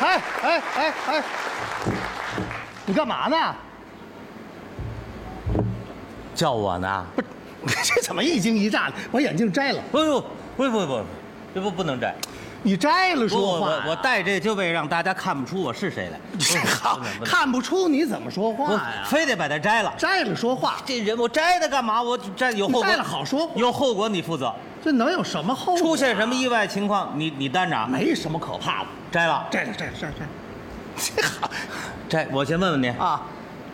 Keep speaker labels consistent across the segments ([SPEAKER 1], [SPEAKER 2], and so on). [SPEAKER 1] 哎哎哎哎，你干嘛 呢？
[SPEAKER 2] 叫我呢？
[SPEAKER 1] 不是，这怎么一惊一乍的？把眼镜摘了，
[SPEAKER 2] 不不不不不，这不不能摘。
[SPEAKER 1] 你摘了
[SPEAKER 2] 不
[SPEAKER 1] 说话呀、
[SPEAKER 2] 我我戴这就为让大家看不出我是谁来。
[SPEAKER 1] 这好
[SPEAKER 2] 不能不能
[SPEAKER 1] 看不出你怎么说话
[SPEAKER 2] 我
[SPEAKER 1] 呀？
[SPEAKER 2] 非得把它摘了。
[SPEAKER 1] 摘了说话，
[SPEAKER 2] 这人我摘它干嘛？我摘有后果。
[SPEAKER 1] 你摘了好说
[SPEAKER 2] 有后果你负责。
[SPEAKER 1] 这能有什么后果？
[SPEAKER 2] 出现什么意外情况，你你担着啊。
[SPEAKER 1] 没什么可怕的。
[SPEAKER 2] 摘了，
[SPEAKER 1] 摘了摘了摘了摘了，这好
[SPEAKER 2] 摘。我先问问你，
[SPEAKER 1] 啊？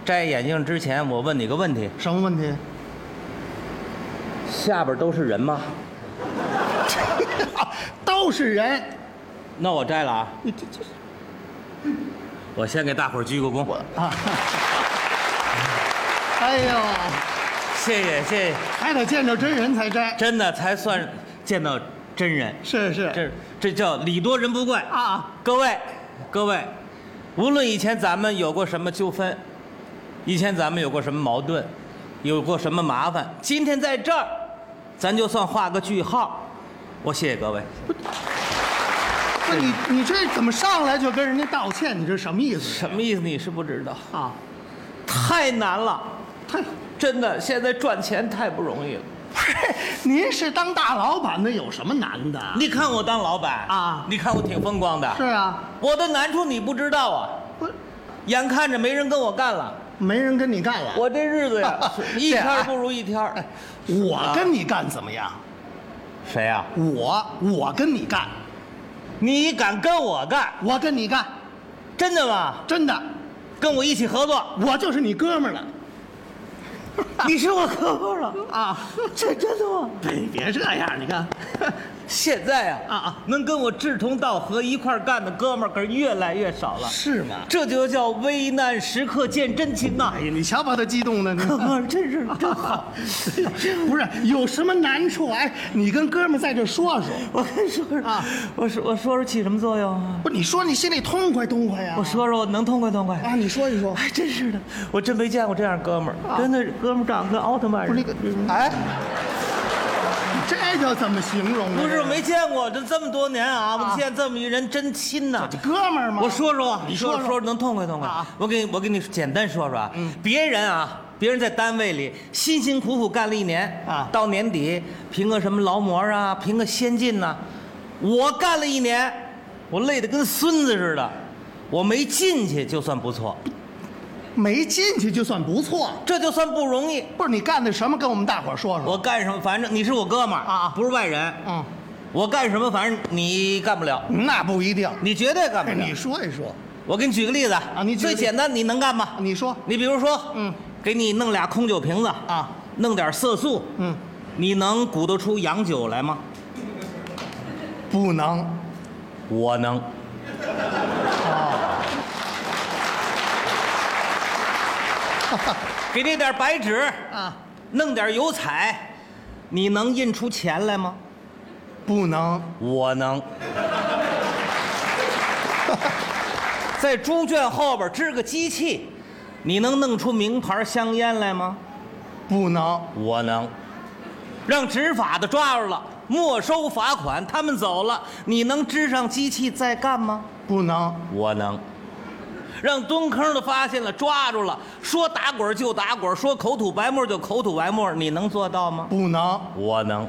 [SPEAKER 2] 摘眼镜之前，我问你个问题：
[SPEAKER 1] 什么问题？
[SPEAKER 2] 下边都是人吗？
[SPEAKER 1] 都是人，
[SPEAKER 2] 那我摘了啊。
[SPEAKER 1] 你这这
[SPEAKER 2] 我先给大伙儿鞠个躬。
[SPEAKER 1] 啊！哎呦，
[SPEAKER 2] 谢谢谢谢，
[SPEAKER 1] 还得见着真人才摘，
[SPEAKER 2] 真的才算见到真人。
[SPEAKER 1] 是是
[SPEAKER 2] 这这叫礼多人不怪啊！
[SPEAKER 1] 啊，
[SPEAKER 2] 各位，各位，无论以前咱们有过什么纠纷，以前咱们有过什么矛盾，有过什么麻烦，今天在这儿，咱就算画个句号。我谢谢各位，
[SPEAKER 1] 不是你你这怎么上来就跟人家道歉？你这什么意思
[SPEAKER 2] 什么意思你是不知道，
[SPEAKER 1] 啊？
[SPEAKER 2] 太难了，
[SPEAKER 1] 他
[SPEAKER 2] 真的，现在赚钱太不容易了。
[SPEAKER 1] 不是您是当大老板的，有什么难的？
[SPEAKER 2] 你看我当老板
[SPEAKER 1] 啊
[SPEAKER 2] 你看我挺风光的，
[SPEAKER 1] 是啊，
[SPEAKER 2] 我的难处你不知道啊，
[SPEAKER 1] 不是
[SPEAKER 2] 眼看着没人跟我干了，
[SPEAKER 1] 没人跟你干了，，
[SPEAKER 2] 我这日子呀一天儿不如一天儿。
[SPEAKER 1] 我跟你干怎么样？
[SPEAKER 2] 哎谁呀、
[SPEAKER 1] 我我跟你干，
[SPEAKER 2] 你敢跟我干？
[SPEAKER 1] 我跟你干，
[SPEAKER 2] 真的吗？
[SPEAKER 1] 真的，
[SPEAKER 2] 跟我一起合作？
[SPEAKER 1] 我就是你哥们儿了
[SPEAKER 2] 你是我哥们儿了？
[SPEAKER 1] 啊！
[SPEAKER 2] 这真的吗？
[SPEAKER 1] 别别这样，你看，
[SPEAKER 2] 现在呀、
[SPEAKER 1] 啊啊
[SPEAKER 2] 能跟我志同道合一块儿干的哥们儿可是越来越少了，
[SPEAKER 1] 是吗？
[SPEAKER 2] 这就叫危难时刻见真情啊呐、
[SPEAKER 1] 哎呀，你瞧把他激动的，你
[SPEAKER 2] 哥们儿真是真 好，
[SPEAKER 1] 不是有什么难处？哎，你跟哥们儿在这说说，
[SPEAKER 2] 我跟你说
[SPEAKER 1] 啊，
[SPEAKER 2] 我说我说说起什么作用啊？
[SPEAKER 1] 不是你说你心里痛快痛快呀、
[SPEAKER 2] 我说说我能痛快痛快。
[SPEAKER 1] 啊，你说一说，
[SPEAKER 2] 哎，真是的，啊我真没见过这样哥们儿，真的哥们儿长得跟奥特曼
[SPEAKER 1] 不
[SPEAKER 2] 似
[SPEAKER 1] 是那
[SPEAKER 2] 的。
[SPEAKER 1] 个，哎，这叫怎么形容啊？
[SPEAKER 2] 不是
[SPEAKER 1] 这
[SPEAKER 2] 没见过，这这么多年啊，我们见这么一人真亲呐。
[SPEAKER 1] 哥们儿吗？
[SPEAKER 2] 我说说，
[SPEAKER 1] 你
[SPEAKER 2] 说
[SPEAKER 1] 说
[SPEAKER 2] 说能痛快痛快
[SPEAKER 1] 啊。嗯
[SPEAKER 2] 我给我给你简单说说啊，别人啊，别人在单位里辛辛苦苦干了一年
[SPEAKER 1] 啊
[SPEAKER 2] 到年底评个什么劳模啊，评个先进呐、我干了一年，我累得跟孙子似的，我没进去就算不错，
[SPEAKER 1] 没进去就算不错。
[SPEAKER 2] 这就算不容易。
[SPEAKER 1] 不是你干的什么？跟我们大伙儿说说。
[SPEAKER 2] 我干什么，反正你是我哥们儿
[SPEAKER 1] 啊
[SPEAKER 2] 不是外人。
[SPEAKER 1] 嗯，
[SPEAKER 2] 我干什么，反正你干不了，
[SPEAKER 1] 那不一定。
[SPEAKER 2] 你绝对干不
[SPEAKER 1] 哎
[SPEAKER 2] 了
[SPEAKER 1] 你。说一说，
[SPEAKER 2] 我给你举个例子啊
[SPEAKER 1] 你举个
[SPEAKER 2] 最
[SPEAKER 1] 例子
[SPEAKER 2] 简单，你能干吗？
[SPEAKER 1] 你说
[SPEAKER 2] 你比如说，
[SPEAKER 1] 嗯，
[SPEAKER 2] 给你弄俩空酒瓶子
[SPEAKER 1] 啊，
[SPEAKER 2] 弄点色素，
[SPEAKER 1] 嗯，
[SPEAKER 2] 你能鼓捣出洋酒来吗？
[SPEAKER 1] 不能。
[SPEAKER 2] 我能。哦给这点白纸，
[SPEAKER 1] 啊，
[SPEAKER 2] 弄点油彩，你能印出钱来吗？
[SPEAKER 1] 不能。
[SPEAKER 2] 我能。 在猪圈后边支个机器，你能弄出名牌香烟来吗？
[SPEAKER 1] 不能，
[SPEAKER 2] 我能。让执法的抓住了，没收罚款，他们走了，你能支上机器再干吗？
[SPEAKER 1] 不能，
[SPEAKER 2] 我能。让蹲坑的发现了，抓住了，说打滚就打滚，说口吐白沫就口吐白沫，你能做到吗？
[SPEAKER 1] 不能，
[SPEAKER 2] 我能。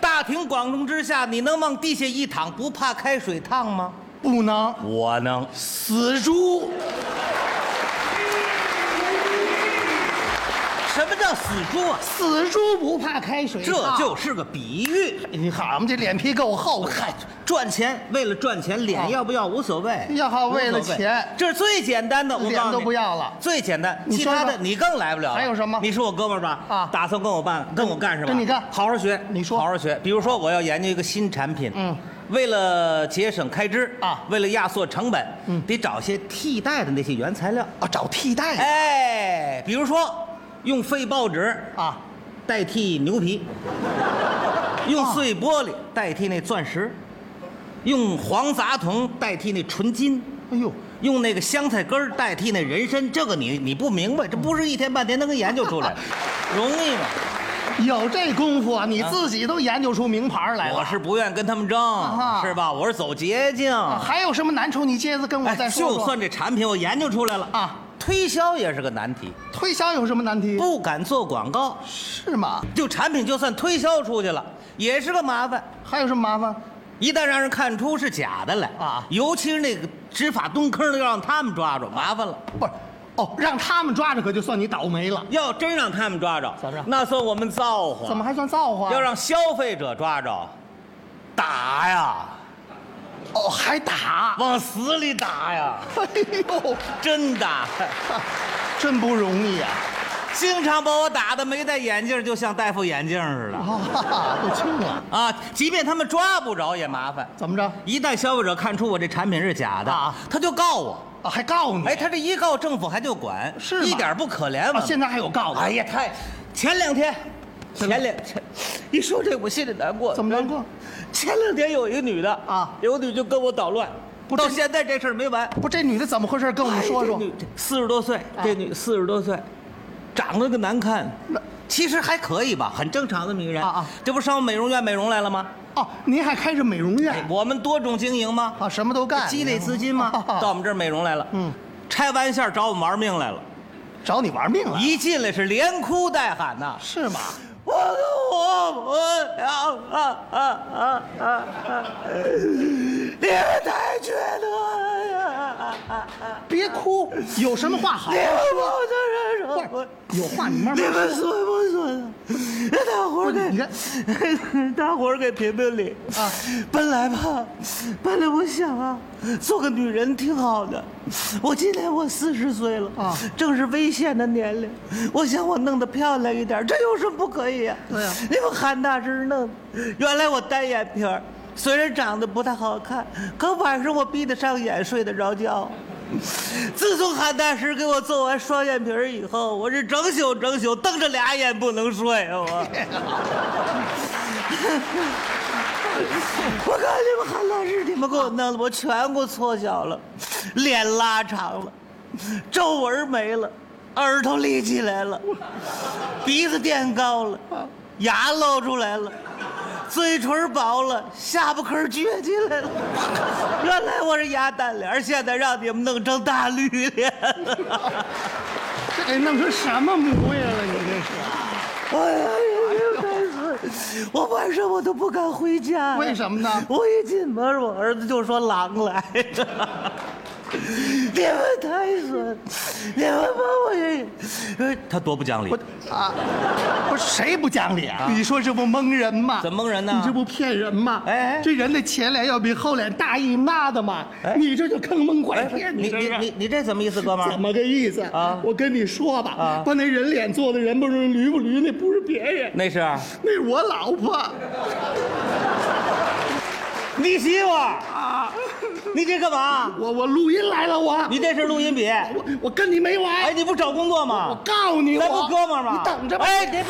[SPEAKER 2] 大庭广众之下，你能往地下一躺，不怕开水烫吗？
[SPEAKER 1] 不能，
[SPEAKER 2] 我能。
[SPEAKER 1] 死猪！
[SPEAKER 2] 什么叫死猪啊？
[SPEAKER 1] 死猪不怕开水
[SPEAKER 2] 这
[SPEAKER 1] 烫
[SPEAKER 2] 就是个比喻。
[SPEAKER 1] 你好嘛，这脸皮够厚的。
[SPEAKER 2] 赚钱，为了赚钱，脸要不要无所谓。
[SPEAKER 1] 要好为了
[SPEAKER 2] 无所谓
[SPEAKER 1] 钱
[SPEAKER 2] 这是最简单的。我告诉
[SPEAKER 1] 脸
[SPEAKER 2] 你
[SPEAKER 1] 都不要了
[SPEAKER 2] 最简单，
[SPEAKER 1] 你
[SPEAKER 2] 其
[SPEAKER 1] 说
[SPEAKER 2] 他
[SPEAKER 1] 说
[SPEAKER 2] 的你更来不了了。
[SPEAKER 1] 还有什么
[SPEAKER 2] 你是我哥们儿吧？
[SPEAKER 1] 啊
[SPEAKER 2] 打算跟我办，跟我干是吧？
[SPEAKER 1] 跟你干
[SPEAKER 2] 好好学。
[SPEAKER 1] 你说
[SPEAKER 2] 好好学。比如说，我要研究一个新产品，
[SPEAKER 1] 嗯，
[SPEAKER 2] 为了节省开支
[SPEAKER 1] 啊
[SPEAKER 2] 为了压缩成本，嗯，得找些替代的那些原材料。
[SPEAKER 1] 啊，找替代的
[SPEAKER 2] 哎，比如说用废报纸
[SPEAKER 1] 啊，
[SPEAKER 2] 代替 牛皮，用碎玻璃代替那钻石，用黄杂铜代替那纯金，
[SPEAKER 1] 哎呦，
[SPEAKER 2] 用那个香菜根儿代替 那人参，这个你你不明白，这不是一天半天能给研究出来，容易吗？
[SPEAKER 1] 有这功夫啊，你自己都研究出名牌来了。
[SPEAKER 2] 我是哎不愿跟他们争，
[SPEAKER 1] 啊哈
[SPEAKER 2] 是吧？我是走捷径。
[SPEAKER 1] 啊还有什么难处？你接着跟我再
[SPEAKER 2] 哎，
[SPEAKER 1] 说
[SPEAKER 2] 就
[SPEAKER 1] 说。
[SPEAKER 2] 算这产品我研究出来了
[SPEAKER 1] 啊，
[SPEAKER 2] 推销也是个难题，
[SPEAKER 1] 推销有什么难题？
[SPEAKER 2] 不敢做广告，
[SPEAKER 1] 是吗？
[SPEAKER 2] 就产品就算推销出去了，也是个麻烦。
[SPEAKER 1] 还有什么麻烦？
[SPEAKER 2] 一旦让人看出是假的来
[SPEAKER 1] 啊
[SPEAKER 2] 尤其是那个执法蹲坑的，要让他们抓住，麻烦了。
[SPEAKER 1] 不是，哦，让他们抓着可就算你倒霉了，
[SPEAKER 2] 要真让他们抓着，
[SPEAKER 1] 怎么着
[SPEAKER 2] 那算我们造化。
[SPEAKER 1] 怎么还算造化？
[SPEAKER 2] 要让消费者抓着，打呀，
[SPEAKER 1] 哦，还打？
[SPEAKER 2] 往死里打呀，
[SPEAKER 1] 哎呦，
[SPEAKER 2] 真打！
[SPEAKER 1] 真不容易啊！
[SPEAKER 2] 经常把我打的没戴眼镜，就像戴副眼镜似的
[SPEAKER 1] 啊，都轻了，
[SPEAKER 2] 啊！即便他们抓不着也麻烦，
[SPEAKER 1] 怎么着？
[SPEAKER 2] 一旦消费者看出我这产品是假的，
[SPEAKER 1] 啊
[SPEAKER 2] 他就告我。
[SPEAKER 1] 啊，还告你？
[SPEAKER 2] 哎，他这一告政府还就管，
[SPEAKER 1] 是吗
[SPEAKER 2] 一点不可怜
[SPEAKER 1] 啊，
[SPEAKER 2] 嘛。
[SPEAKER 1] 现在还有告
[SPEAKER 2] 哎
[SPEAKER 1] 的？
[SPEAKER 2] 呀，太前两天，
[SPEAKER 1] 怎
[SPEAKER 2] 前
[SPEAKER 1] 么
[SPEAKER 2] 两前一说这我心里难过。
[SPEAKER 1] 怎么难过？
[SPEAKER 2] 前两天有一个女的
[SPEAKER 1] 啊
[SPEAKER 2] 有个女就跟我捣乱，
[SPEAKER 1] 不
[SPEAKER 2] 到
[SPEAKER 1] 这
[SPEAKER 2] 现在这事儿没完。
[SPEAKER 1] 不，这女的怎么回事？跟我们说说。
[SPEAKER 2] 哎四十多岁，这女四十多岁，长得个难看
[SPEAKER 1] 那，
[SPEAKER 2] 其实还可以吧，很正常的女人
[SPEAKER 1] 啊啊
[SPEAKER 2] 这不上美容院美容来了吗？哎
[SPEAKER 1] 哦，您还开着美容院
[SPEAKER 2] 我们多种经营吗？
[SPEAKER 1] 啊？什么都干，
[SPEAKER 2] 积累资金吗？
[SPEAKER 1] 啊
[SPEAKER 2] 到我们这儿美容来了，
[SPEAKER 1] 嗯，
[SPEAKER 2] 拆完线儿找我们玩命来了，
[SPEAKER 1] 找你玩命了？
[SPEAKER 2] 一进来是连哭带喊呐，
[SPEAKER 1] 是吗？
[SPEAKER 2] 我我我啊啊啊啊啊啊！你们太缺德了呀！啊啊啊啊
[SPEAKER 1] 别哭，有什么话好
[SPEAKER 2] 你？们不能忍受
[SPEAKER 1] 不是，有话你慢
[SPEAKER 2] 你
[SPEAKER 1] 慢
[SPEAKER 2] 们损不损？大伙儿给
[SPEAKER 1] 你看，
[SPEAKER 2] 大伙儿给评评理
[SPEAKER 1] 啊！
[SPEAKER 2] 本来吧，本来我想啊，做个女人挺好的。我今年我四十岁了
[SPEAKER 1] 啊
[SPEAKER 2] 正是危险的年龄。我想我弄得漂亮一点，这有什么不可以呀、
[SPEAKER 1] 对啊
[SPEAKER 2] 你们韩大师弄的，原来我单眼皮儿。虽然长得不太好看，可晚上我闭得上眼，睡得着觉。自从韩大师给我做完双眼皮儿以后，我是整宿整宿瞪着俩眼不能睡啊！我，我告诉你们，韩大师，你们给我弄的，我颧骨缩小了，脸拉长了，皱纹没了，耳朵立起来了，鼻子垫高了，牙露出来了。嘴唇薄了，下巴颏儿撅起来了。原来我是鸭蛋脸儿，现在让你们弄成大绿脸了。
[SPEAKER 1] 这得哎弄成什么模样了？你这是？
[SPEAKER 2] 哎呀，真是！我晚上我都不敢回家。
[SPEAKER 1] 为什么呢
[SPEAKER 2] 我一进门，我儿子就说狼来了。你们太损，你们把我也……哎，他多不讲理
[SPEAKER 1] 不啊，不是谁不讲理啊？你说这不蒙人吗？
[SPEAKER 2] 怎么蒙人呢
[SPEAKER 1] 你这不骗人吗？
[SPEAKER 2] 哎哎
[SPEAKER 1] 这人的前脸要比后脸大一捺的嘛。
[SPEAKER 2] 哎
[SPEAKER 1] 你这就坑蒙拐骗，
[SPEAKER 2] 你
[SPEAKER 1] 这
[SPEAKER 2] 你
[SPEAKER 1] 是
[SPEAKER 2] 你你这怎么意思，哥们
[SPEAKER 1] 怎
[SPEAKER 2] 儿？
[SPEAKER 1] 么个意思
[SPEAKER 2] 啊
[SPEAKER 1] 我跟你说吧，
[SPEAKER 2] 啊
[SPEAKER 1] 把那人脸做的人不是驴不驴，那不是别人，
[SPEAKER 2] 那是啊
[SPEAKER 1] 那是我老婆。
[SPEAKER 2] 你媳妇啊？你这干嘛？
[SPEAKER 1] 我我录音来了，我
[SPEAKER 2] 你这是录音笔？
[SPEAKER 1] 我我跟你没完。
[SPEAKER 2] 哎，你不找工作吗？
[SPEAKER 1] 我告你，
[SPEAKER 2] 咱
[SPEAKER 1] 我
[SPEAKER 2] 不哥们儿吗？
[SPEAKER 1] 你等着吧。
[SPEAKER 2] 哎，别不。